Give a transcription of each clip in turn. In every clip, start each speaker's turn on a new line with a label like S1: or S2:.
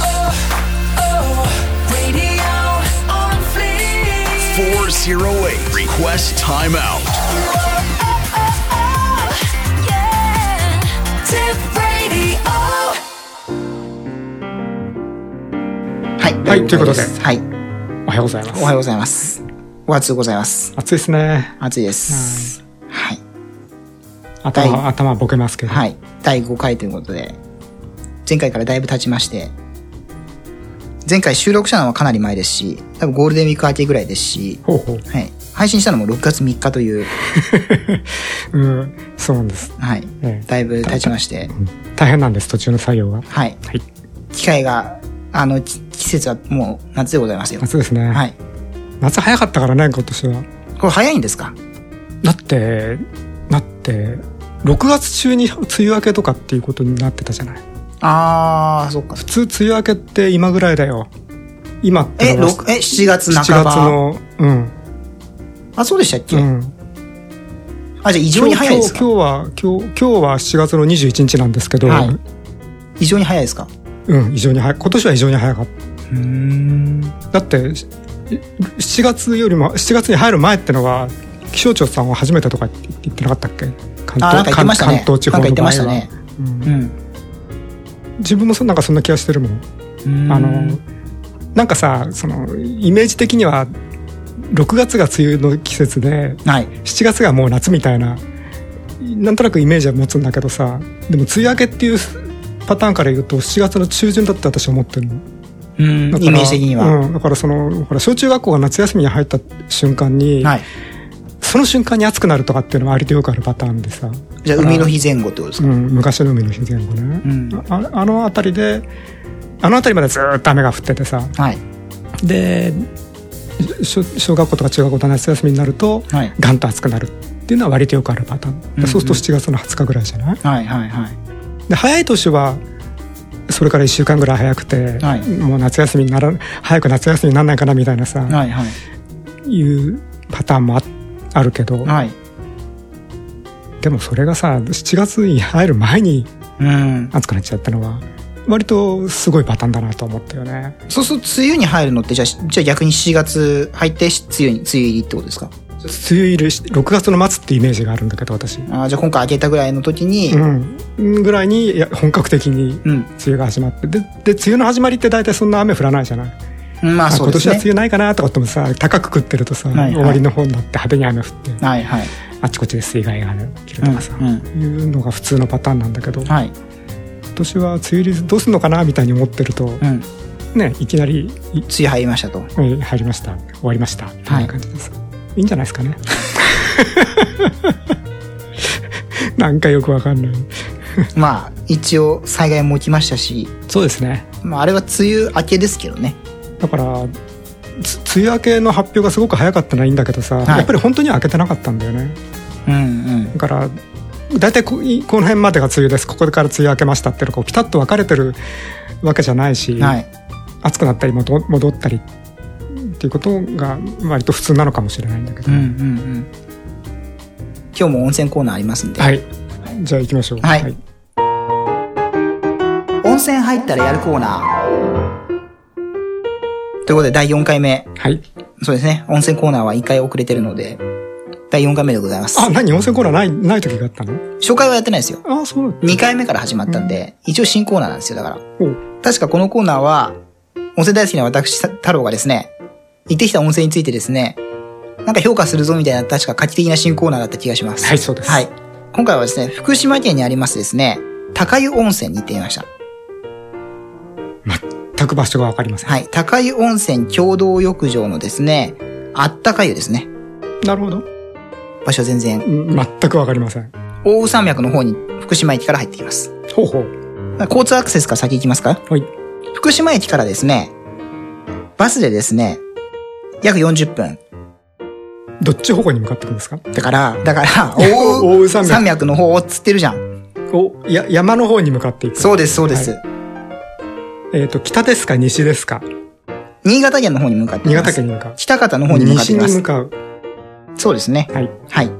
S1: Oh,
S2: 808. Request timeout.
S1: oh, Tip Radio.
S3: はい。
S4: はいということで
S3: はい。
S4: おはようございます。
S3: おはようございます。お暑うございます。
S4: 暑いですね。
S3: 暑いです。はい。
S4: 頭、
S3: はい
S4: 頭ボケますけど。
S3: はい。第5回ということで、前回からだいぶ経ちまして、前回収録したのはかなり前ですし、多分ゴールデンウィーク明けぐらいですし、
S4: ほうほう。
S3: はい。配信したのも6月3日という、
S4: うん、そうなんです。
S3: はい
S4: ええ。
S3: だいぶ経ちまして、
S4: 大変なんです、途中の作業が。
S3: はい。
S4: はい。
S3: 機会が、あの、き季節はもう夏でございますよ。
S4: 夏ですね。
S3: はい。
S4: 夏早かったからね、今年は。
S3: これ早いんですか
S4: だって、だって、6月中に梅雨明けとかっていうことになってたじゃない。
S3: あー、そっか。
S4: 普通、梅雨明けって今ぐらいだよ。今って
S3: え、
S4: のは
S3: 六え、7月
S4: 7
S3: 半ば。
S4: 月の、うん、
S3: あ、そうでしたっけ、
S4: うん。
S3: あ、じゃあ異常に早いですか
S4: 今日今日は、今日、今日は7月の21日なんですけど、
S3: はい異常に早いですか
S4: うん、異常に早い。今年は異常に早かった。
S3: うん。
S4: だってし7月よりも7月に入る前ってのが気象庁さんは初めてとか言って言ってなかったっけ関
S3: あ、なんか言ってましたね。
S4: 関関東地
S3: な
S4: 方
S3: んか言っ
S4: の
S3: て
S4: 場合
S3: ました
S4: は、
S3: ね。
S4: うん
S3: うん。
S4: 自分もそなんかそんな気がしてるもんあのなんかさそのイメージ的には6月が梅雨の季節で
S3: はい。
S4: 7月がもう夏みたいななんとなくイメージは持つんだけどさでも梅雨明けっていうパターンから言うと7月の中旬だって私は思ってるの
S3: うん。
S4: だから
S3: イメージ的には。
S4: うん、だからそのほら小中学校が夏休みに入った瞬間に、
S3: はい。
S4: その瞬間に暑くなるとかっていうのは割とよくあるパターンでさ、
S3: じゃあ、海の日前後ってことです
S4: う
S3: か、
S4: ん、昔の海の日前後ね、
S3: うん
S4: ああの辺りであの辺りまでずーっと雨が降っててさ
S3: はい。
S4: で小小学校とか中学校とか夏休みになると、
S3: はい
S4: ガンと暑くなるっていうのは割とよくあるパターン、
S3: うんうん
S4: そうすると7月の20日ぐらいじゃない
S3: はい、はい、はい。
S4: で早い年はそれから1週間ぐらい早くて、
S3: はい
S4: もう夏休みになら早く夏休みにならないかなみたいなさ、
S3: はい、はい。
S4: い、うパターンもああるけど、
S3: はい。
S4: でもそれがさ7月に入る前に
S3: うん。
S4: 暑くなっちゃったのは割とすごいパターンだなと思ったよね
S3: そうすると、梅雨に入るのって、じゃあ、しじゃあ逆に7月入って、し梅雨に、梅雨入りってことですか
S4: 梅雨入りし6月の末ってイメージがあるんだけど私
S3: あーじゃあ今回明けたぐらいの時に、
S4: うんぐらいにいや本格的に
S3: う
S4: 梅
S3: ん。
S4: 雨が始まってでで梅雨の始まりって大体そんな雨降らないじゃない、
S3: うん、まあ、
S4: あ
S3: そう
S4: 今
S3: です
S4: 年
S3: ね。
S4: は梅雨ないかなとかってもさ高く食ってるとさ、
S3: いはい
S4: 終わりの方になって派手に雨降って
S3: はい、はい。
S4: あちこちで水害が起きるとかさ、
S3: うん
S4: いうのが普通のパターンなんだけど、今
S3: はい。
S4: 年は梅雨入りどうすんのかなみたいに思ってると、
S3: うん。梅
S4: ねいきなりい
S3: 雨入りました と。
S4: はい入りました終わりましたみたいな感じです、い、いんじゃないですかね なんかよくわかんない
S3: まあ、一応災害も起きましたし、
S4: そうですね
S3: まあ、あれは梅雨明けですけどね。
S4: だからつ梅雨明けの発表がすごく早かったのはいいんだけどさ、
S3: い
S4: やっぱり本当には明けてなかったんだよね
S3: うん
S4: だから大体こいこの辺までが梅雨ですここから梅雨明けましたってのがこうピタッと分かれてるわけじゃないし、
S3: うん。はい。
S4: 暑くなったり戻戻ったりっていうことが割と普通なのかもしれないんだけ
S3: う
S4: ど、
S3: んうんうん。今日も温泉コーナーありますんで。
S4: はいじゃあ行きましょう
S3: はい温泉入ったらやるコーナー。ということで、第4回目。
S4: はい
S3: そうですね。温泉コーナーは1回遅れてるので、第4回目でございます。
S4: あ、何温泉コーナーない、ない時があったの
S3: 初回はやってないですよ。
S4: あ、そう。
S3: 2回目から始まったんで、一応新コーナーなんですよ、だから。
S4: おう
S3: 確かこのコーナーは、温泉大好きな私、さ太郎がですね、行ってきた温泉についてですね、なんか評価するぞみたいな、確か画期的な新コーナーだった気がします。
S4: はいそうです
S3: はい。今回はですね、福島県にありますですね、高湯温泉に行ってみました。
S4: 全く場所がわかりません。
S3: はい。高湯温泉共同浴場のですね、あったか湯ですね。
S4: なるほど。
S3: 場所は全然、
S4: うん全くわかりません。
S3: 大宇山脈の方に福島駅から入ってきます。
S4: ほうほう。
S3: 交通アクセスから先行きますか
S4: はい。
S3: 福島駅からですね、バスでですね、約40分。
S4: どっち方向に向かってくんですか
S3: だから、だ から、
S4: 大宇山脈
S3: 山脈の方を釣ってるじゃん。
S4: お、や、山の方に向かっていく。
S3: そうです、そうです。
S4: はえっ、と、北ですか西ですか
S3: 新潟県の方に向かってい
S4: 新
S3: ます。
S4: 潟県に向かう。
S3: 北方の方に向かってい
S4: 西
S3: ま
S4: に
S3: す
S4: 向。かう。
S3: そうですね。
S4: はい。
S3: はい。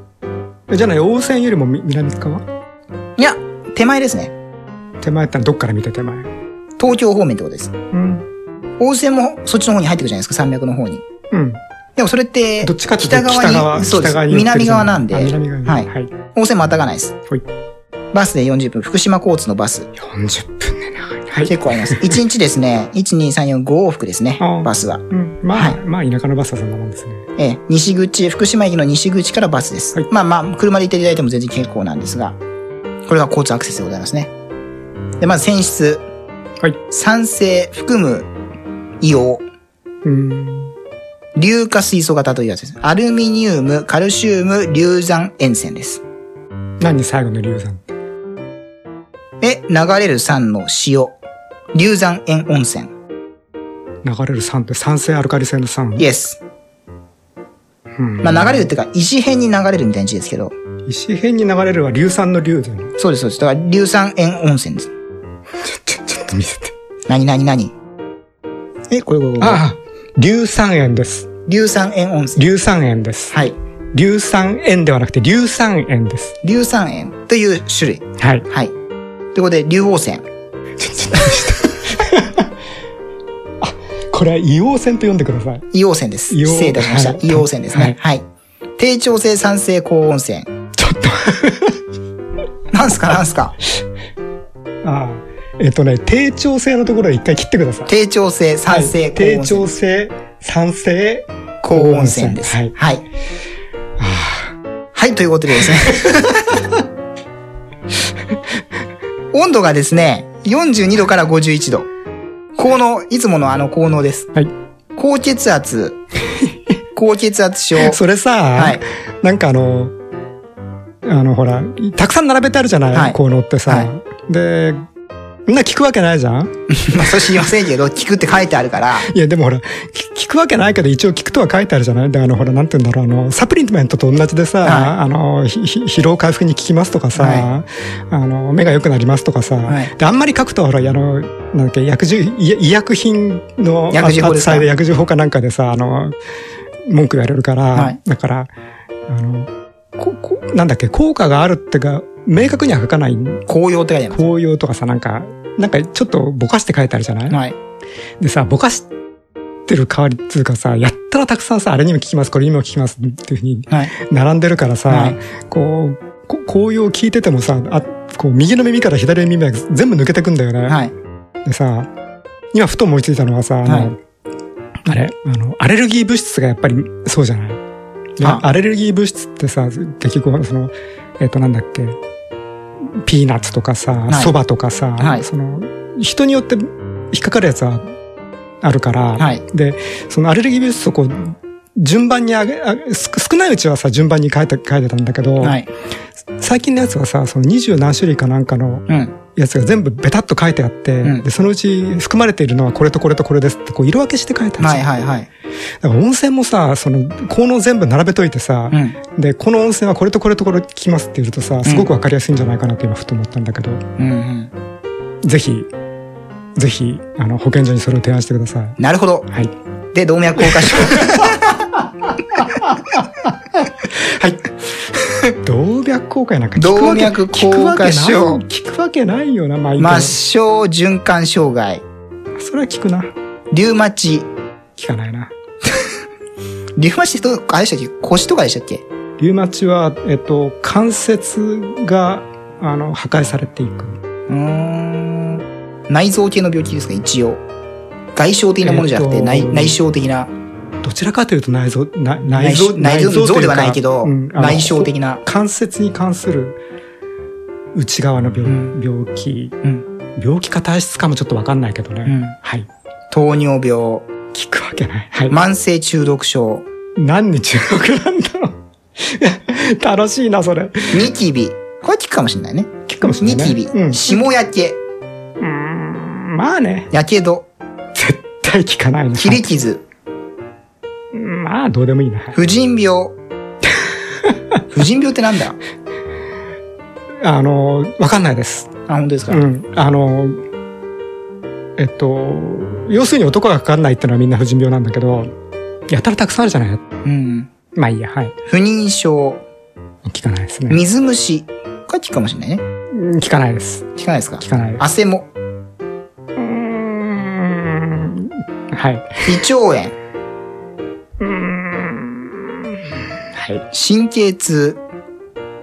S4: えじゃない、大泉よりもみ南側
S3: いや、手前ですね。
S4: 手前ってのはどっから見て手前
S3: 東京方面ってことです。
S4: うん。
S3: 大勢もそっちの方に入ってくるじゃないですか、山脈の方に。
S4: うん。
S3: でもそれって、
S4: どっちかっていうと
S3: 北側に、そうです。南側なんで、
S4: あ南側に
S3: はい。
S4: はい
S3: 温泉またがないです。
S4: ほい
S3: バスで40分、福島交通のバス。
S4: 40分ね長いはい
S3: 結構あり ます。1日ですね、1、2、3、4、5往復ですね
S4: あー、
S3: バスは。
S4: うん、まあ、
S3: はい
S4: まあ田舎のバスはそんなもんですね
S3: ええ、西口、福島駅の西口からバスです。
S4: はい
S3: まあまあ、車で行っていただいても全然結構なんですが、これが交通アクセスでございますね。で、まず泉質、
S4: はい
S3: 酸性含む硫黄、
S4: うん
S3: 硫化水素型というやつです。アルミニウム、カルシウム、硫酸塩泉です。
S4: 何最後の流産
S3: え、流れる酸の塩、硫酸塩温泉。
S4: 流れる酸って酸性アルカリ性の酸
S3: イエス。
S4: うん
S3: まあ流れるっていうか、石辺に流れるみたいな字ですけど、
S4: 石辺に流れるは硫酸の硫だね
S3: そうです、そうです。だから硫酸塩温泉です。
S4: ちょちょっと見せて
S3: 何何何え、これこれこれこれ
S4: ああ硫酸塩です
S3: 硫酸塩温泉。
S4: 硫酸塩です、
S3: はい。
S4: 硫酸塩ではなくて硫酸塩です
S3: 硫酸塩という種類。
S4: はい
S3: はい。ということで、硫黄泉。
S4: これは硫黄泉と呼んでください
S3: 硫黄泉です。
S4: 硫黄
S3: 失礼いたしました。
S4: はい
S3: 硫黄泉ですね。はい。低調性酸性高温泉。
S4: ちょっと
S3: なんすかなんすか
S4: ああえっとね低調性のところで一回切ってください
S3: 低調性酸性
S4: はい
S3: 高温
S4: 低
S3: 泉。
S4: 調性酸性
S3: 高温泉です。
S4: は
S3: はいい。はい。はい、ということでですね。温度がですね、42度から51度。効能、いつものあの効能です。
S4: はい
S3: 高血 圧、高血圧症。
S4: それさ、
S3: はい
S4: なんかあの、あのほら、たくさん並べてあるじゃない、
S3: はい
S4: 効能ってさ、
S3: はい
S4: で、みんな聞くわけないじゃん
S3: まあ、それ知りません けど、聞くって書いてあるから、
S4: いや、でもほら、き聞くわけないけど、一応聞くとは書いてあるじゃないで、あの、ほら、なんて言うんだろう、あの、サプリメントと同じでさ、
S3: は
S4: あの、ひひ疲労回復に効きますとかさ、
S3: は
S4: あの、目が良くなりますとかさ、
S3: はい
S4: で、あんまり書くと、ほら、あの、なんだっけ、薬事、医医薬品の
S3: 薬事法ですか
S4: 扱いで薬事法かなんかでさ、あの、文句言われるから、
S3: はい
S4: だから、あの、こ、こ、なんだっけ、効果があるってか、明確には書かない、
S3: 紅葉って書いてありま
S4: 紅葉とかさ、なんか、なんかちょっとぼかして書いてあるじゃない
S3: す。はい。
S4: でさ、ぼかしてる代わりっていうかさ、やったらたくさんさ、あれにも効きます、これにも効きますっていうふうに
S3: はい。
S4: 並んでるからさ、
S3: はい
S4: こう、こ紅葉を聞いててもさ、あこう右の耳から左の耳まで全部抜けてくんだよね。
S3: はい。
S4: でさ、今ふと思いついたのはさ、あの、
S3: はい
S4: あれ、あの、アレルギー物質がやっぱりそうじゃないで
S3: あ
S4: アレルギー物質ってさ、結局その、えっ、となんだっけ、ピーナッツとかさ、
S3: い
S4: 蕎麦とかさ、
S3: はい
S4: その、人によって引っかかるやつはあるから、
S3: はい
S4: で、そのアレルギー物質をこう、順番に上げ、あ少少ないうちはさ、順番に書いて、書いてたんだけど、
S3: はい。
S4: 最近のやつはさ、その二十何種類かなんかの、
S3: うん。
S4: やつが全部ベタっと書いてあって、
S3: うん
S4: でそのうち含まれているのはこれとこれとこれですってこう色分けして書いてあるじゃん
S3: はいはいはい。
S4: だから温泉もさその効能全部並べといてさ、
S3: うん。
S4: でこの温泉はこれとこれとこれ効きますって言うとさすごくわかりやすいんじゃないかなと今ふと思ったんだけど、
S3: うんうん。
S4: ぜひぜひあの保健所にそれを提案してください。
S3: なるほど。
S4: はい、
S3: で、動脈硬化 症。
S4: 動脈硬化やなんか聞く
S3: 動
S4: わけ
S3: 脈硬化症
S4: 聞くわけない聞くわけないよなまあいいけど、
S3: 末梢循環障害。
S4: それは聞くな
S3: リュウマチ。
S4: 聞かないな
S3: リュウマチってどうあれでしたっけ腰とかでしたっけ
S4: リウマチは、えっと、関節があの破壊されていく
S3: うーん。内臓系の病気ですか一応。外傷的なものじゃなくて、
S4: えーと
S3: 内内傷的な。
S4: どちらかというと内臓、な内
S3: 内
S4: 臓、
S3: 臓内臓
S4: とうか
S3: ではないけど、
S4: うんあの
S3: 内傷的な。
S4: 関節に関する内側の病,、病気、
S3: うん。
S4: 病気か体質かもちょっとわかんないけどね。
S3: うん
S4: はい。
S3: 糖尿病。
S4: 聞くわけない。はい。
S3: 慢性中毒症。
S4: 何に注目なんだろう。 楽しいな、それ。
S3: ニキビ。これ聞くかもしれないね。
S4: 聞くかもしれないね
S3: ニキビ。
S4: うん
S3: 霜焼け。
S4: まあね、
S3: やけど。
S4: 絶対聞かないな。
S3: 切り傷。
S4: まあ、どうでもいいな。はい
S3: 婦人 病。婦人病ってなんだ
S4: あの、わかんないです。
S3: あ、本当ですか、
S4: うん。あの、えっと、要するに男がかかんないってのはみんな婦人病なんだけど、やたらたくさんあるじゃない
S3: うん。
S4: まあいいや、はい。
S3: 不妊症。
S4: 聞かないですね。
S3: 水虫。これ聞くかもしれないね。
S4: うん聞かないです。
S3: 聞かないですか
S4: 聞かないです。
S3: 汗も。
S4: はい。
S3: 胃腸炎。
S4: はい。
S3: 神経痛、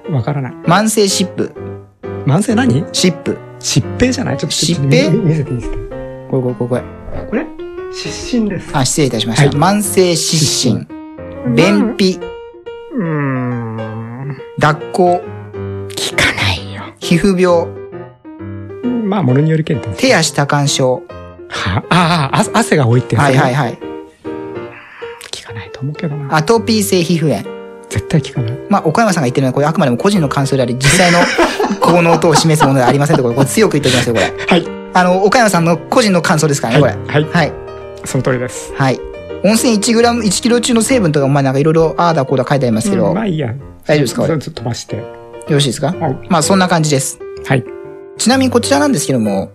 S4: わからない。
S3: 慢性疾風、
S4: 慢性何
S3: 疾風。
S4: 疾病じゃないちょっと
S3: 疾
S4: ちょっと
S3: 病
S4: 見見せていいですか
S3: これこれこれこれ。
S4: これ湿疹です。
S3: あ、失礼いたしました。慢性湿疹、便秘、
S4: うーん。
S3: 脱行、
S4: 聞かないよ。
S3: 皮膚病、
S4: まあ、ものによるけど。
S3: 手足多汗症。
S4: はあああ、汗が多いってやつ
S3: はいはい
S4: い。
S3: はい。
S4: 聞かないと思うけどな。
S3: アトピー性皮膚炎。
S4: 絶対聞かない。
S3: まあ、岡山さんが言ってるのは、これあくまでも個人の感想であり、実 際の効能等を示すものではありませんと、これ、これ強く言っておきますよ、これ。
S4: はい。
S3: あの、岡山さんの個人の感想ですからね、これ。
S4: はい。はい。
S3: はい。
S4: その通りです。
S3: はい。温泉 1g、1キロ中の成分とか、まあなんかいろいろ、ああだこうだ書いてありますけど、
S4: うんまあいいや。
S3: 大丈夫ですかこ
S4: そ
S3: れ
S4: れ
S3: よ
S4: ちょっと飛ばして。
S3: ろしいですか
S4: はい。
S3: まあそんな感じです。
S4: はい。
S3: ちなみにこちらなんですけども、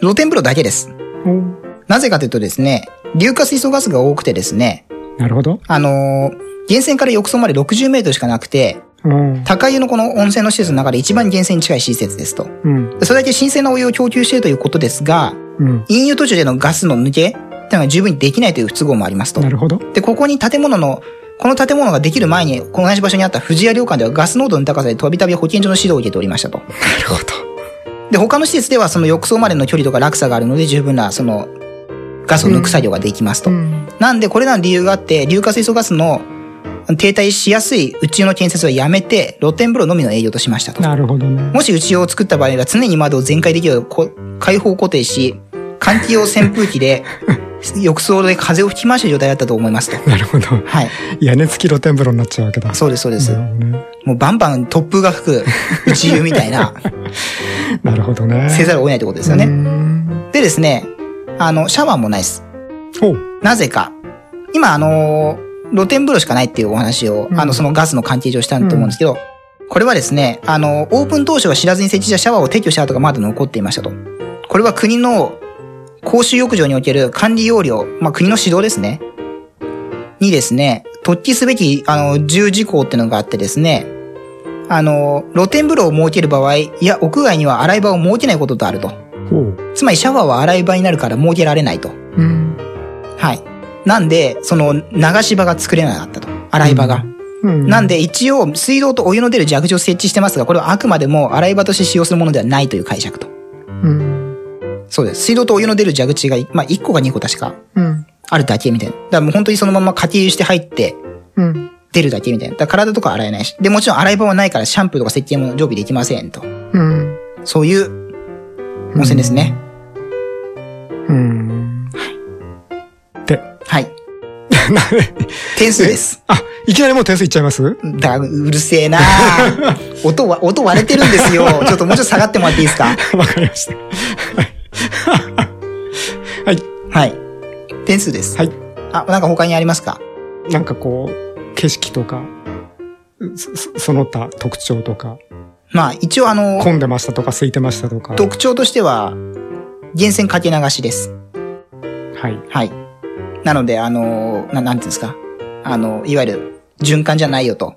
S3: 露天風呂だけです。
S4: お
S3: なぜかというとですね、硫化水素ガスが多くてですね、
S4: なるほど。
S3: あのー源泉から浴槽まで60メートルしかなくて、
S4: うん。
S3: 高湯のこの温泉の施設の中で一番源泉に近い施設ですと。
S4: うん。
S3: それだけ新鮮なお湯を供給しているということですが、
S4: うん。
S3: 飲油途中でのガスの抜けっていうのが十分にできないという不都合もありますと
S4: な。るほど。
S3: で、ここに建物の、この建物ができる前に、この同じ場所にあった藤谷旅館ではガス濃度の高さでたびたび保健所の指導を受けておりましたと。
S4: なるほ
S3: で、他の施設ではその浴槽までの距離とか落差があるので十分な、その、ガスを抜く作業ができますと。
S4: うん。
S3: なんで、これらの理由があって、硫化水素ガスの停滞しやすい宇宙の建設をやめて、露天風呂のみの営業としましたと。
S4: なるほどね。
S3: もし宇宙を作った場合は常に窓を全開できるようこ開放固定し、換気用扇風機で、浴槽で風を吹き回してる状態だったと思いますと。
S4: なるほど。
S3: はい。
S4: 屋根付き露天風呂になっちゃうわけだ。
S3: そうです、そうです。
S4: なるほどね。
S3: もうバンバン突風が吹く宇宙みたいな、
S4: なるほどね。
S3: せざるを得ないってことですよ
S4: う
S3: ね。
S4: ーん
S3: でですね、あの、シャワーもないです。
S4: おう
S3: なぜか。今、あのー露天風呂しかないっていうお話を、
S4: うん
S3: あの、そのガスの関係上したと思うんですけど、これはですね、あの、オープン当初は知らずに設置したシャワーを撤去した跡がまだ残っていましたと。これは国の公衆浴場における管理要領、まあ、国の指導ですね。にですね、突起すべき、あの、重事項っていうのがあってですね、あの、露天風呂を設ける場合、いや、屋外には洗い場を設けないこととあると。
S4: おう。
S3: つまりシャワーは洗い場になるから設けられないと。
S4: うん。
S3: はい。なんで、その、流し場が作れなかったと。洗い場が。
S4: うん。
S3: なんで、一応、水道とお湯の出る蛇口を設置してますが、これはあくまでも洗い場として使用するものではないという解釈と。
S4: うん。
S3: そうです。水道とお湯の出る蛇口が、まあ、1個か2個確か、
S4: うん。
S3: あるだけみたいな。だからもう本当にそのままかき湯して入って、
S4: うん。
S3: 出るだけみたいな。だから体とか洗えないし。で、もちろん洗い場はないからシャンプーとか石鹸も常備できませんと。
S4: うん。
S3: そういう、温泉ですね。
S4: うん。で、
S3: はい。
S4: な
S3: 点数です。
S4: あ、いきなりもう点数いっちゃいます
S3: だ、うるせえなあ音は、音割れてるんです よ。ちょっともうちょっと下がってもらっていいですか
S4: わかりました。はい。はい。
S3: はい。点数です。
S4: はい。
S3: あ、なんか他にありますか
S4: なんかこう、景色とか、そそその他特徴とか、
S3: まあ、一応あの、
S4: 混んでましたとか、空いてましたとか。
S3: 特徴としては、源泉かけ流しです。
S4: はい。
S3: はい。なので、あの、ななんていうんですか。あの、いわゆる、循環じゃないよと。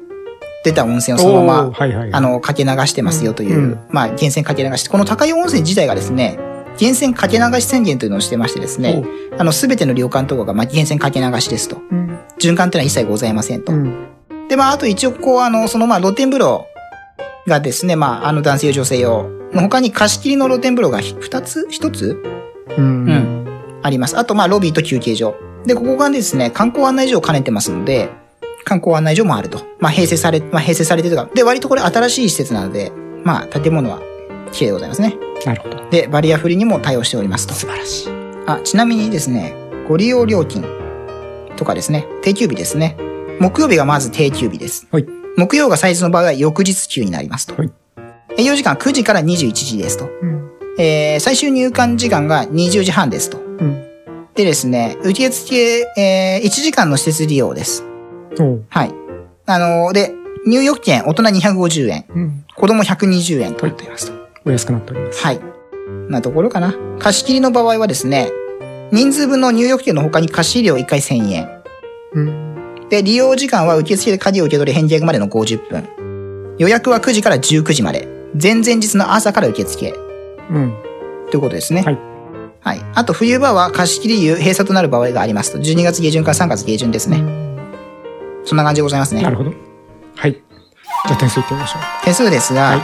S3: 出た温泉をそのまま、
S4: おーはいはい。
S3: あ、の、かけ流してますよという、
S4: うん
S3: まあ、源泉かけ流し。この高湯温泉自体がですね、源泉かけ流し宣言というのをしてましてですね、あの、すべての旅館とかが、まあ、源泉かけ流しですと。
S4: うん。
S3: 循環というのは一切ございませんと。
S4: うん。
S3: で、まあ、あと一応、こう、あの、その、まあ、露天風呂がですね、まあ、あの、男性用、女性用。の他に貸し切りの露天風呂がひ二つ一つ
S4: うん。
S3: うんあります。あと、まあ、ロビーと休憩所。で、ここがですね、観光案内所を兼ねてますので、観光案内所もあると。まあ、併設され、まあ、併設されてるとか。で、割とこれ新しい施設なので、まあ、建物は綺麗でございますね。
S4: なるほど。
S3: で、バリアフリーにも対応しておりますと。
S4: 素晴らしい。
S3: あ、ちなみにですね、ご利用料金とかですね、定休日ですね。木曜日がまず定休日です。
S4: はい。
S3: 木曜が祭日の場合は翌日休になりますと。
S4: はい
S3: 営業時間は9時から21時ですと。
S4: うん。
S3: えー、最終入館時間が20時半ですと。
S4: うん。
S3: でですね、受付、えー、1時間の施設利用です。
S4: おう。
S3: はい。あのーで、入浴券大人250円、
S4: うん。
S3: 子供120円となっていますと。
S4: お安くなっております。
S3: はい。なところかな。貸し切りの場合はですね、人数分の入浴券の他に貸し料1回1000円。
S4: うん。
S3: で、利用時間は受付で鍵を受け取り返却までの50分。予約は9時から19時まで。前々日の朝から受付。
S4: うん。
S3: ということですね。
S4: はい。
S3: はい。あと、冬場は貸し切り湯閉鎖となる場合がありますと。12月下旬から3月下旬ですね。そんな感じでございますね
S4: な。るほど。はい。じゃあ点数いってみましょ
S3: 点数ですが、
S4: はい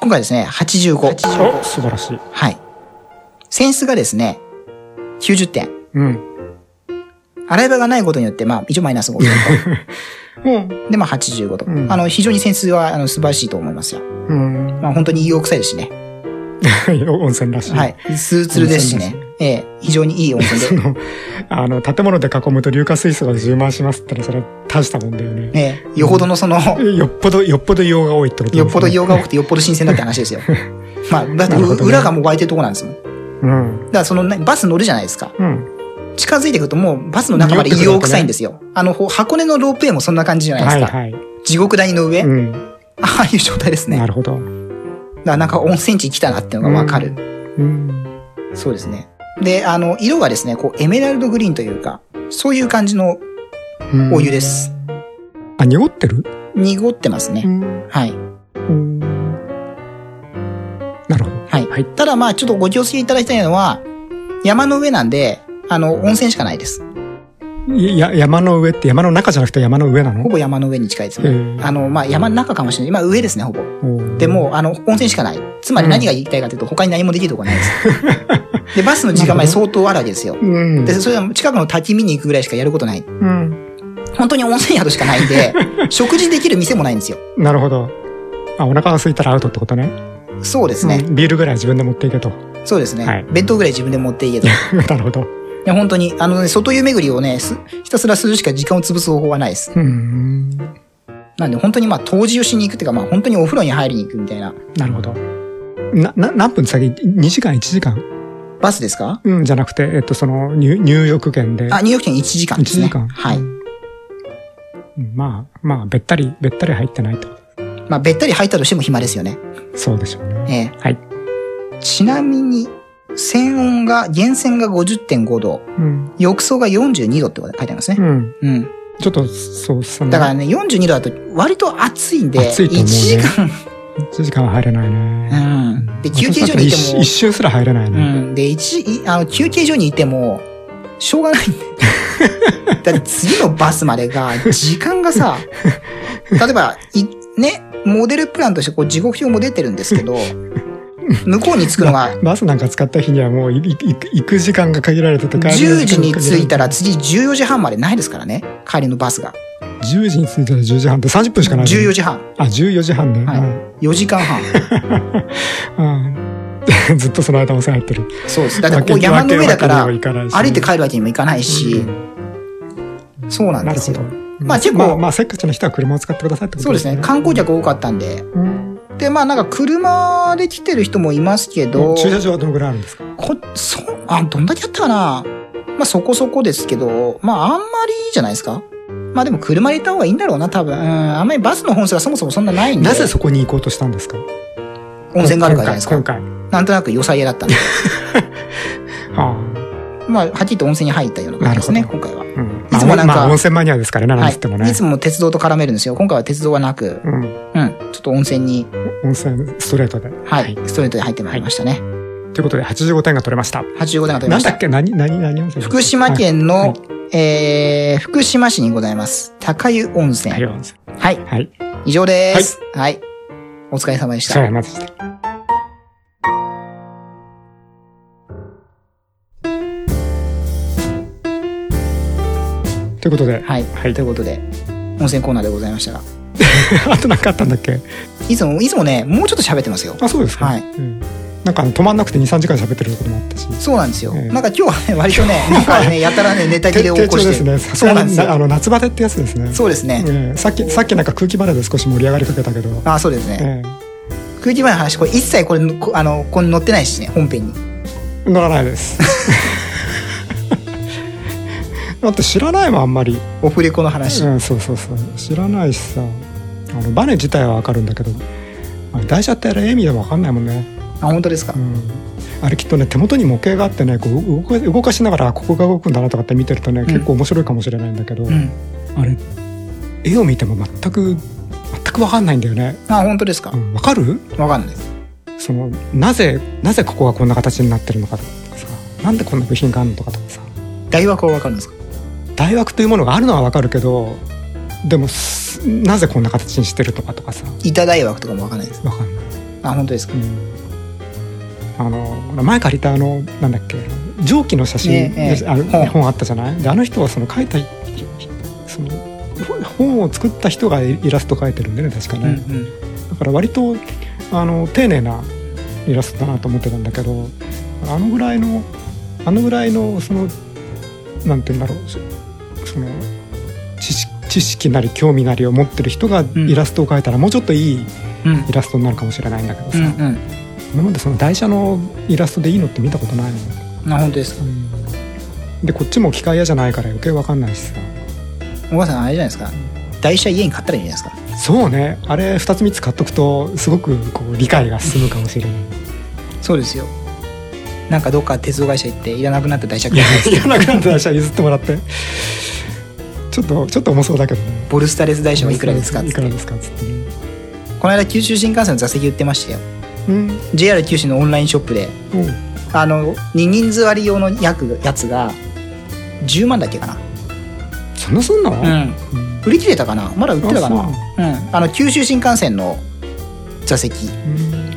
S3: 今回ですね、85。
S4: う。お素晴らしい。
S3: はい。センスがですね、90点。
S4: うん。
S3: 洗い場がないことによって、まあ、一応マイナス5
S4: うん。
S3: と。で、まあ、85と。
S4: うん
S3: あの、非常にセンスは、あの、素晴らしいと思いますよ。
S4: うん。
S3: まあ、本当に硫黄臭いですしね。
S4: 温泉らしい。
S3: はい。ツルツルですしね
S4: 温泉。
S3: ええ、非常にいい温泉 で。
S4: あの、建物で囲むと硫化水素が充満しますってのはそれは大したもんだよね。
S3: ええ、よほどのその、
S4: えよっぽど、よっぽど硫黄が多いってことですね
S3: よっぽど硫黄が多くてよっぽど新鮮だって話で すよ。まあ、だって
S4: なるほどね
S3: 裏がもう湧いてるとこなんですもん。だ
S4: うん。
S3: からそのね、バス乗るじゃないですか。
S4: うん。
S3: 近づいてくるともうバスの中まで硫黄臭いんですよ。あの、ほ箱根のロープウェイもそんな感じじゃないで
S4: は
S3: す
S4: い
S3: か。
S4: はい。
S3: 地獄谷の上、
S4: うん。
S3: ああいう状態ですね。
S4: な
S3: だか
S4: るほど。
S3: らなんか温泉地来たなっていうのがわかる、
S4: うん。
S3: そうですね。で、あの、色がですね、こう、エメラルドグリーンというか、そういう感じの
S4: うん
S3: お湯です。
S4: あ、濁ってる
S3: 濁ってますね。
S4: ん。
S3: はい。
S4: うんなるほど。
S3: はい。
S4: はい
S3: ただまあ、ちょっとご気をつけいただきたいのは、山の上なんで、あの、温泉しかないです。
S4: いや、山の上って山の中じゃなくて山の上な
S3: ほ
S4: の
S3: ぼ山の上に近いです
S4: へ
S3: ね
S4: え。
S3: あの、まあ、山の中かもしれない。まあ、上ですね、ほぼ。
S4: おー
S3: でもう、あの、温泉しかない。つまり何が言いたいかというと、他に何もできるとこない です。で、バスの時間前相当あるわけですよ。
S4: うん。
S3: で、それは近くの滝見に行くぐらいしかやることない。
S4: うん。
S3: 本当に温泉宿しかないんで、 食事できる店もないんですよ。
S4: なるほど。あ、お腹が空いたらアウトってことね。
S3: そうですね。
S4: うんビールぐらい自分で持っていけと。
S3: そうですね。
S4: はい
S3: 弁当ぐらい自分で持っていけ と。い
S4: なるほど。
S3: や、本当に、あのね、外湯巡りをね、すひたすらするしか時間を潰す方法はないです。
S4: うん。
S3: なんで本当にまあ、当時をしに行くっていうか、まあ本当にお風呂に入りに行くみたいな。
S4: なるほど。な、な、何分先 ?2 時間 ?1 時間
S3: バスですか
S4: うん、じゃなくて、えっと、その、入入浴券で。
S3: あ、入浴券1時間ですね。
S4: 1時間
S3: はい。
S4: うんまあ、まあ、べったり、べったり入ってないってこと
S3: まあ、べったり入ったとしても暇ですよね。
S4: そうでしょうね。
S3: え
S4: はい。
S3: えちなみに、泉温が、源泉が50.5度、
S4: うん。
S3: 浴槽が42度ってこと書いてあります
S4: う
S3: ね。
S4: ん。
S3: うん。
S4: ちょっと、そう、その、
S3: だからね、42度だと割と暑いんで、
S4: 暑いと思うね
S3: 1時間、
S4: 1時間は入れないね。
S3: うん。で、休憩所にいて
S4: 私だったら一
S3: も
S4: 一、周すら入れないうね。
S3: ん。で、一時、いあの、休憩所にいても、しょうが ないんで。だって次のバスまでが、時間が さ、例えば、い、ね、モデルプランとしてこう、時刻表も出てるんですけど、向こうに着くのが、
S4: バスなんか使った日にはもう、いいい行く時間が限られてて帰る
S3: 10
S4: 時
S3: 時
S4: 間が
S3: に
S4: 限られて
S3: 着いたら次14時半までないですからね。帰りのバスが。
S4: 10時に着いたら10時半って30分しかない、
S3: 14時半。
S4: あ、14時半ね。
S3: は4時間 半。
S4: はいうん ずっとその間も入ってる。
S3: そうです。だってここ山の上だから、
S4: わけわけにはいかないし
S3: 歩いて帰るわけにもいかないし、そうなん
S4: な
S3: で
S4: る
S3: す
S4: ほ
S3: よ
S4: ど。。
S3: まあ結構
S4: まあ、まあ、せっかちな人は車を使ってくださいってこと
S3: そうですね。観光客多かったんで、
S4: うん
S3: で、まあなんか車で来てる人もいますけど、
S4: 駐車場はどのぐらいあるんですか
S3: こ、そ、あ、どんだけあったかなまあそこそこですけど、まああんまりじゃないですか。まあでも車で行った方がいいんだろうな、多分。うん、あんまりバスの本数がそもそもそんなないんで。
S4: なぜそこに行こうとしたんですか
S3: 温泉があるからじゃないです
S4: 今
S3: か。
S4: 回。
S3: なんとなく良さげだったん で。
S4: 今回あ
S3: まあ、はっきりと温泉に入ったような感じですね、
S4: なる
S3: 今回は。
S4: あうん
S3: いつもなんか
S4: まあ、まあ温泉マニアですからね、何
S3: は
S4: つってもね。
S3: い。いつも鉄道と絡めるんですよ。今回は鉄道はなく、
S4: うん。
S3: うん、ちょっと温泉に、
S4: 温泉ストレートで。
S3: はい、ストレートで入ってまいりましたね。
S4: ということで、85点が取れました。
S3: 85点が取り
S4: な
S3: ま
S4: ん
S3: し
S4: だ
S3: た
S4: っ。け何、何、何温泉
S3: 福島県の、
S4: はいはい
S3: えー、福島市にございます。高湯温泉。
S4: はい
S3: はい。
S4: 温泉はい。
S3: 以上です、はい。お疲れ様でし
S4: それ
S3: た。
S4: まずした。ということで、
S3: はい。
S4: はい
S3: ということで、温泉コーナーでございましたが。
S4: あと何かあったんだっけ
S3: いつも、いつもね、もうちょっと喋ってますよ。
S4: あ、そうですか。
S3: はい
S4: うんなんかあの止まんなくて2、3時間喋ってることもあったし。
S3: そうなんですよ。
S4: ええ
S3: なんか今日はね、割 とね、なんかね、やたらね、ネタ切れを起こして。
S4: ですね。さす
S3: そうな
S4: が
S3: んで
S4: に
S3: す
S4: なあ
S3: よ。
S4: の夏バテってやつですね。
S3: そうですね。
S4: ええさっき、さっきなんか空気バネで少し盛り上がりかけたけど。
S3: あ、そうですね。
S4: え
S3: 空気前の話、これ一切これ、こあの、これ載ってないしね、本編に。
S4: え乗らないです。 だって知らないもん、あんまり。
S3: オフレコの話。
S4: うん、そうそうそう知らないしさあのバネ自体はわかるんだけどあれ台車ってあれ意味でもわかんないもんね、
S3: あ、本当ですか
S4: う。ん、あれきっとね手元に模型があってねこう動か動かしながらあここが動くんだなとかって見てるとね、結構面白いかもしれないんだけど、
S3: うん。
S4: あれ絵を見ても全く全くわかんないんだよね
S3: あ、本当ですか
S4: う。んわ、かる
S3: わかんないです。
S4: そのなぜなぜここがこんな形になってるのかとかさなんでこんな部品があるのとかとかさ
S3: 大学はわかるんですか
S4: 大枠というものがあるのはわかるけどでもすなぜこんな形にしてるとかとかさ
S3: 板大枠とかもわかんないです。
S4: わかんない、
S3: あ、本当ですか
S4: う。んあの前借りたあのなんだっけ蒸気の写真、
S3: ねえええ
S4: あの
S3: 本
S4: 本あったじゃないであの人はその書いたその本を作った人がイラスト描いてるんだよね確か
S3: うんう
S4: ね、
S3: ん。
S4: だから割とあの丁寧なイラストだなと思ってたんだけどあのぐらいのあのぐらいのそのなんて言うんだろうそその知識知識なり興味なりを持ってる人が
S3: ん
S4: イラストを描いたらもうちょっといい
S3: うん
S4: イラストになるかもしれないんだけど
S3: う
S4: さ、
S3: んうん。
S4: 今までその台車のイラストでいいのって見たことないの、
S3: あ、本当ですか。
S4: でこっちも機械屋じゃないから余計わかんないしさ
S3: おばさん、あれじゃないですか。台車家に買ったらいいんじゃないですか。
S4: そうねあれ2つ3つ買っとくとすごくこう理解が進むかもしれない。
S3: そうですよ。なんかどっか鉄道会社行って、いらなくなった台車
S4: い
S3: 買
S4: や
S3: って、
S4: いらなくなった台車譲ってもらってちょっとちょっと重そうだけどね
S3: ボルスタレス台車はいくらですかっつ
S4: い
S3: って
S4: くらですかっつってね
S3: この間、九州新幹線の座席売ってましたよ。
S4: うん、
S3: JR 九州のオンラインショップで、
S4: うん、
S3: あの、に人数割り用のやくやつが、10万だっけかな。
S4: そんなすんの、
S3: うん。
S4: うん
S3: 売り切れたかなまだ売ってたかな
S4: あ
S3: うん。あの、九州新幹線の座席、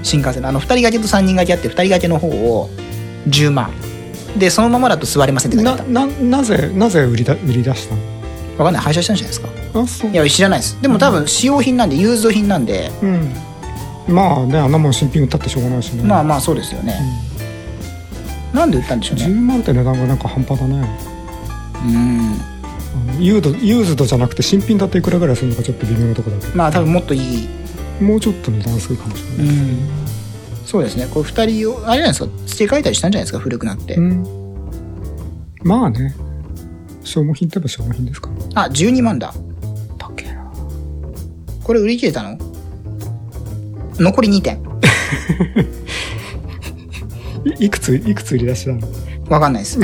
S3: 新幹線の、あの、2人掛けと3人掛けあって、2人掛けの方を10万。で、そのままだと座れませんって書いてあ
S4: な
S3: った。
S4: ななぜなぜ売りだ売り出したの
S3: わかんない。廃車したんじゃないですか。
S4: あそう
S3: いや、知らないです。でも多分、使用品なんで、融通品なんで、
S4: うんまあねあんなもん新品売ったってしょうがないしね
S3: まあまあそうですよね。なんで売ったんでしょう
S4: 10
S3: ね。
S4: 万って値段がなんか半端だね
S3: うん。
S4: あのユードユーズドじゃなくて新品だっていくらぐらいするのかちょっと微妙なところだけ
S3: まあ多分もっといい。
S4: どもうちょっと値段するかもしれない、
S3: そうですね。これ二人を、あれじゃないですか、捨て替えたりしたんじゃないですか、古くなって。
S4: うん、まあね消耗品といえば消耗品ですから
S3: あ、12万だ。
S4: 高えな
S3: これ売り切れたの残り2点。
S4: いいくついくつ売り出しなの
S3: わかんない です。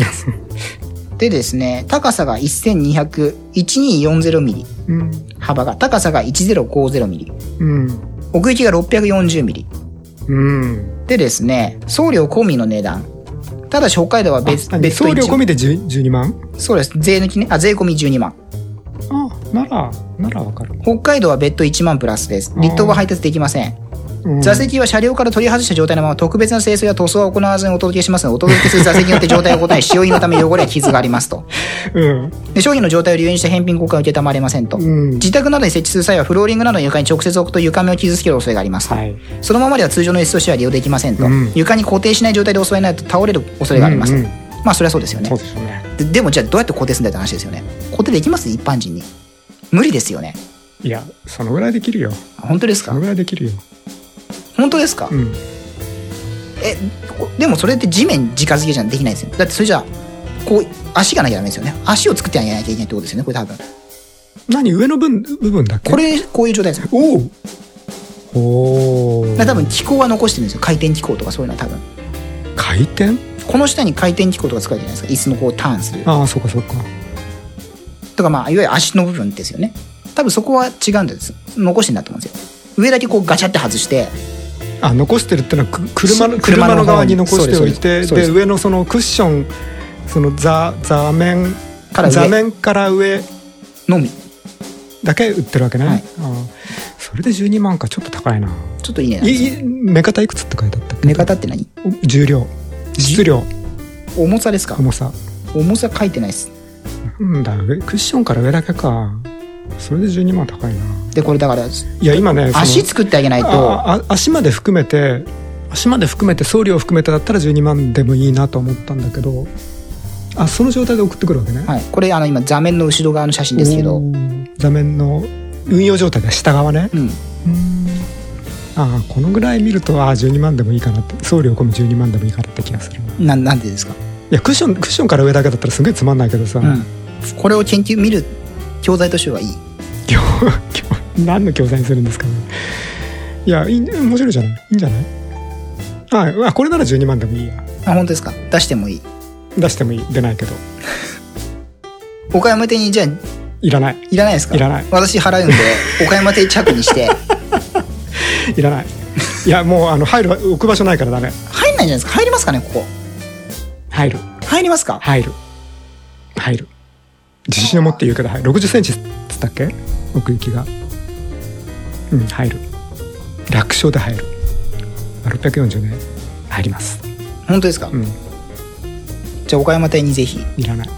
S3: でですね、高さが1200、1240ミリ。
S4: うん
S3: 幅が、高さが1050ミリ。
S4: うん
S3: 奥行きが640ミリ。
S4: うん
S3: でですね、送料込みの値段。ただし北海道は別、
S4: 何
S3: 別途
S4: 送料
S3: 一
S4: 込みで10 12万
S3: そうです。税抜きね。あ、税込み12万。
S4: あならならわかる、
S3: 北海道は別途1万プラスです。立冬は配達できません。
S4: うん
S3: 座席は車両から取り外した状態のまま特別な清掃や塗装は行わずにお届けしますので、お届けする座席によって状態をごとに使用品のため汚れや傷がありますと。
S4: うん
S3: で商品の状態を理由にして返品交換を受けたまれませんと。
S4: うん
S3: 自宅などに設置する際はフローリングなどの床に直接置くと床面を傷つける恐れがありますと、
S4: はい
S3: そのままでは通常の椅子としては利用できませんと、
S4: うん
S3: 床に固定しない状態でお座りになると倒れる恐れがありますと、
S4: うんうん
S3: まあそれはそうですよね
S4: そうですよね
S3: ででもじゃあどうやって固定するんだって話ですよね固定できます一般人に無理ですよね
S4: いやそのぐらいできるよ
S3: 本当です
S4: そ
S3: か
S4: のぐらいできるよ
S3: 本当ですか、
S4: うん
S3: えこでもそれって地面直付けじゃできないですよだってそれじゃあこう足がなきゃダメですよね足を作ってあげなきゃいけないってことですよねこれ多分
S4: 何上の分部分だっけ
S3: これこういう状態ですよ
S4: おうおお
S3: だから多分機構は残してるんですよ回転機構とかそういうのは多分
S4: 回転
S3: この下に回転機構とか使うじゃないですか椅子のこうターンする
S4: ああそうかそうか
S3: とかまあいわゆる足の部分ですよね多分そこは違うんです残してんだと思うんですよ上だけこうガチャって外して
S4: あ残してるってのはく車の
S3: そう
S4: 車
S3: 車の
S4: の側
S3: 側に
S4: に残してお
S3: そう
S4: いて
S3: ですそうです
S4: で上のそのクッションその座座面
S3: から上
S4: 座面から上
S3: のみ
S4: だけ売ってるわけね、
S3: はい
S4: ああそれで12万かちょっと高いな
S3: ちょっといいね
S4: いい目方いくつって書いてあったっけ
S3: 寝方って何
S4: 重量質量
S3: 重さですか
S4: 重さ
S3: 重さ書いてないです
S4: なんだ上クッションから上だけかそれで12万高いな
S3: でこれだから
S4: いや今ねその
S3: 足作ってあげないと
S4: ああ足まで含めて足まで含めて送料を含めてだったら12万でもいいなと思ったんだけどあその状態で送ってくるわけね、
S3: はい、これあの今座面の後ろ側の写真ですけど、
S4: お
S3: うん、
S4: ー座面の運用状態で下側ねうーんあーこのぐらい見るとあー12万でもいいかなって送料込み12万でもいいかなって気がするない
S3: ななんでですか、
S4: やクッションクッションから上だけだったらすげえつまんないけどさ、
S3: うん、これを研究見る教材としてはいい
S4: 教 教何の教材にするんですかねいやいい面白いじゃないいいんじゃないああこれなら12万でもいいや
S3: あ本当ですか出してもいい
S4: 出してもいい出ないけど
S3: 岡山亭にじゃあ
S4: いらない
S3: いらないですか
S4: いらない
S3: 私払うんで岡山亭着に して
S4: いらないいやもうあの入る置く場所ないからダメ
S3: 入んないんじゃないですか入りますかねここ
S4: 入る
S3: 入りますか
S4: 入る入る自信を持って言うけど、はい、60センチっつったっけ奥行きがうん入る楽勝で入る640で入ります
S3: 本当ですか、
S4: うん
S3: じゃあ岡山店にぜひ
S4: いらない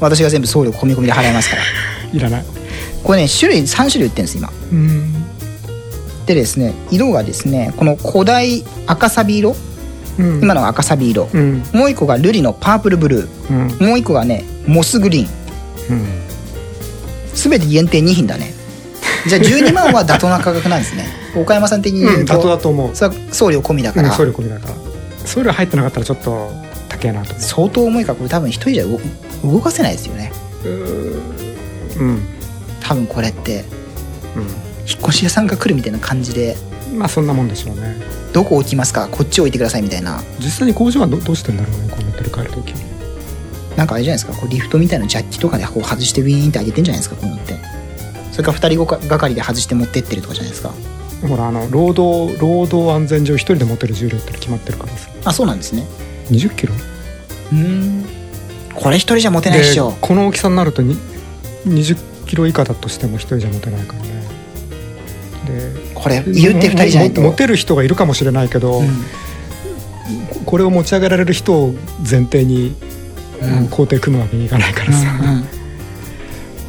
S3: 私が全部送料込み込みで払いますから
S4: いらない
S3: これね種類3種類売ってるんです今
S4: うん
S3: でですね色がですねこの古代赤サビ色
S4: うん
S3: 今のが赤サビ色、
S4: うん
S3: もう一個がルリのパープルブル
S4: うん
S3: ーもう一個がねモスグリーン
S4: うん
S3: 全て限定2品だねじゃあ12万は妥当な価格なんですね岡山さん的に
S4: う
S3: 言
S4: ん
S3: う
S4: 妥当だ
S3: と、
S4: と思う
S3: それは送料込みだか
S4: うん
S3: ら、
S4: 送料込みだから送料入ってなかったらちょっと高えなと思
S3: 相当重いからこれ多分一人じゃ動動かせないですよね
S4: ううん
S3: 多分これって引っ越し屋さんが来るみたいな感じで
S4: うんまあそんなもんでしょうね
S3: どこ置きますかこっち置いてくださいみたいな
S4: 実際に工場はどどうしてんだろうねこうメタル変える時
S3: なんかあれじゃないですかこうリフトみたいなジャッキとかでこう外してウィーンって上げてんじゃないですかこういうのってそれから2人ごかがかりで外して持ってってるとかじゃないですか
S4: ほらあの労働労働安全上一人で持てる重量って決まってるからさ
S3: あそうなんですね
S4: 2 0キロ
S3: うんこれ一人じゃ持てないっしょ
S4: この大きさになると2 0キロ以下だとしても一人じゃ持てないからね
S3: これ
S4: で
S3: 言って2人じゃないと
S4: もも持てる人がいるかもしれないけど、
S3: うん
S4: これを持ち上げられる人を前提に、
S3: うん
S4: 工程組むわけにいかないからさ、
S3: うんうん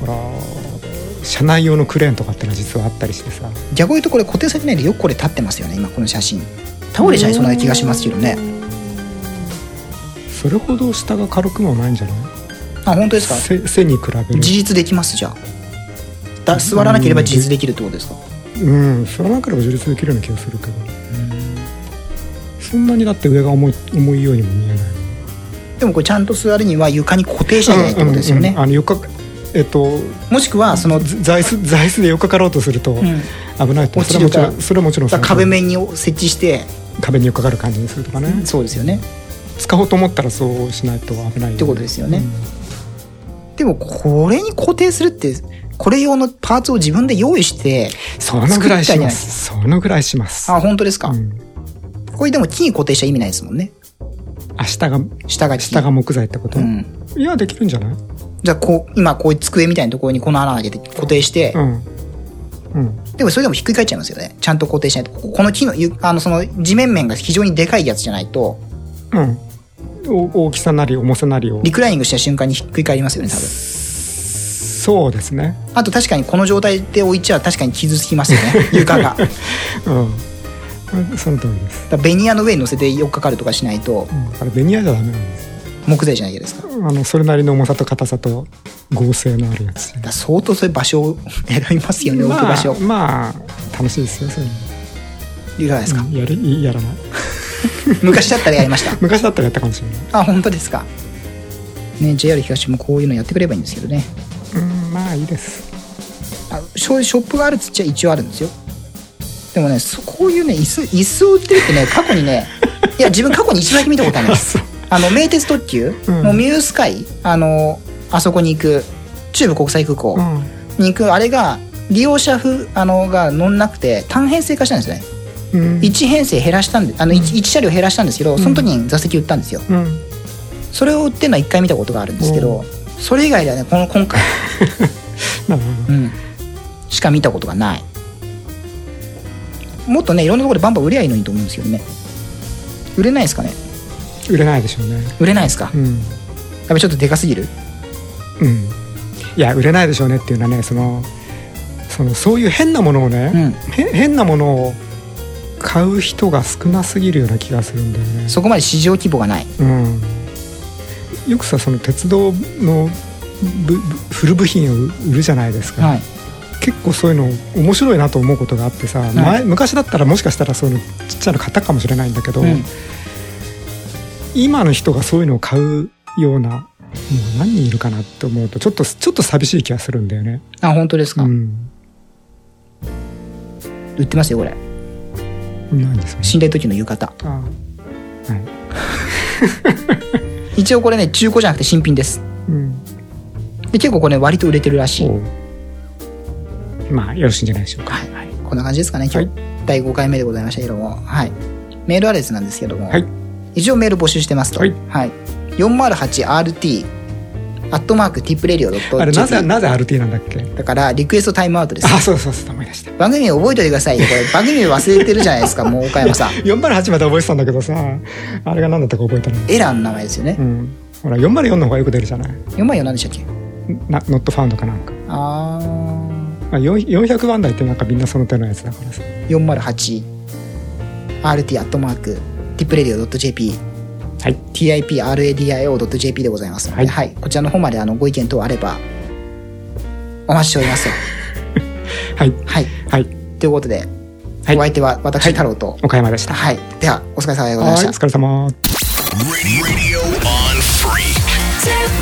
S4: ほら車内用のクレーンとかってのは実はあったりしてさ
S3: 逆に言うとこれ固定されてないでよくこれ立ってますよね今この写真倒れちゃいそうな気がしますけどね
S4: それほど下が軽くもないんじゃない
S3: あ本当ですか
S4: 背背に比べる
S3: 自立できますじゃあだ座らなければ自立できるってことですか
S4: うんそれなければ自立できるような気がするけどそんなにだって上が重い重いようにも見えない
S3: でもこれちゃんと座るには床に固定しなきゃいけないってことですよ
S4: うんうん
S3: ね
S4: あのよっかえっと
S3: もしくはその
S4: ず座椅子座 椅子でよっかかろうとすると
S3: ん
S4: 危ないと、
S3: 落
S4: そ
S3: ち
S4: れ
S3: る
S4: はもち
S3: から
S4: ろんそれはもちろんその
S3: 壁面に設置して
S4: 壁によっかかる感じにするとかね、
S3: そうですよね
S4: 使おうと思ったらそうしないと危ないよね
S3: ってことですよねでもこれに固定するってこれ用のパーツを自分で用意して
S4: そのぐらいしま
S3: 作
S4: すそのぐらいします
S3: あ本当ですか、
S4: うん
S3: これでも木に固定したら意味ないですもんね
S4: あ下が
S3: 下が木
S4: 下が木材ってこと、
S3: うん
S4: いやできるんじゃない
S3: じゃあこう今こういう机みたいなところにこの穴を開けて固定して、
S4: うんうん
S3: でもそれでもひっくり返っちゃいますよねちゃんと固定しないとこここの木のゆあのその地面面が非常にでかいやつじゃないと
S4: うん、お大きさなり重さなりを
S3: リクライニングした瞬間にひっくり返りますよね多分
S4: そうですね、
S3: あと確かにこの状態で置いちゃ確かに傷つきますよね床 がだか
S4: うん、その通りです、
S3: らベニヤの上に乗せてよっかかるとかしないと
S4: うん、だからベニヤじゃダメなんです
S3: 木材じゃないですかだか
S4: あのそれなりの重さと硬さと合成のあるやつ
S3: ら相当そういう場所を選びますよね置く場所、
S4: まあ、まあ、楽しいですよそういうの
S3: いかがですか、
S4: うんやりやらない
S3: 昔だったらやりました
S4: 昔だったらやったかもしれない
S3: あ本当ですかね JR 東もこういうのやってくればいいんですけどね
S4: うんまあいいです
S3: あそういうショップがあるっつっちゃ一応あるんですよでもねそこういうね椅子椅子を売ってるってね過去に ねいや自分過去に一度だけ見たことあるんです
S4: あ
S3: あの名鉄特急、
S4: うん
S3: もうミュースカイあのあそこに行く中部国際空港
S4: うん
S3: に行くあれが利用者風あのが乗んなくて単編成化したんですね、
S4: うん
S3: 1編成減らしたんであの 1, 車両減らしたんですけどその時に座席売ったんですよ、
S4: うん
S3: それを売ってるのは1回見たことがあるんですけど、
S4: う
S3: それ以外ではねこの今回、
S4: なるほ
S3: うん、しか見たことがないもっとねいろんなところでバンバン売ればいいのにと思うんですけどね売れないですかね
S4: ど売れないでしょうね
S3: 売れないですか、
S4: う
S3: やっ
S4: ん
S3: ぱりちょっとでかすぎる
S4: うんいや売れないでしょうねっていうのはねそのそのそういう変なものをね、
S3: うん
S4: へ変なものを買う人が少なすぎるような気がするんだよね。
S3: そこまで市場規模がない
S4: うん、よくさその鉄道のぶぶ古部品を売るじゃないですか、
S3: はい
S4: 結構そういうの面白いなと思うことがあってさ、前昔だったらもしかしたらそういうのちっちゃな型かもしれないんだけど、
S3: うん
S4: 今の人がそういうのを買うようなもう何人いるかなって思うとちょっとちょっと寂しい気がするんだよね。
S3: あ本当ですか、
S4: うん、
S3: 売ってますよこれ
S4: ないですよね
S3: 寝台時の浴衣
S4: あはい
S3: 一応これね中古じゃなくて新品です
S4: うん
S3: で結構これ割と売れてるらしい、
S4: おうまあよろしいんじゃないでしょうか。
S3: はいこんな感じですかね今日、
S4: は
S3: 第5回目でございましたけども、はい、メールアドレスなんですけども、
S4: はい
S3: 一応メール募集してますと、
S4: はい
S3: 408 r t アットマーク tipradio.jp
S4: あれなぜなぜ RT なんだっけ
S3: だからリクエストタイムアウトです
S4: あそうそうそう思い出した
S3: 番組名覚えておいてくださいよこれ番組名忘れてるじゃないですかもう岡山さん
S4: 408まで覚えてたんだけどさあれが何だったか覚えてない
S3: エラーの名前ですよね
S4: うんほら404の方がよく出るじゃない
S3: 404何でしたっけ
S4: なノットファウンドかなんか
S3: あ
S4: まあよん400番台ってなんかみんなその手のやつだからさ
S3: ー 408RT アットマーク tipradio.jp
S4: はい
S3: tipradio.jp でございますので、
S4: は
S3: はいいこちらの方まであのご意見等あればお待ちしておりますよ
S4: はい
S3: はい
S4: はい
S3: ということで、
S4: はい
S3: お相手は私
S4: はい
S3: 太郎と、
S4: 岡山でした
S3: はい、ではお疲れ様でござい
S4: は
S3: まし
S4: い
S3: た
S4: お疲れ
S2: Radio
S4: 様
S2: on Freak.
S1: Tip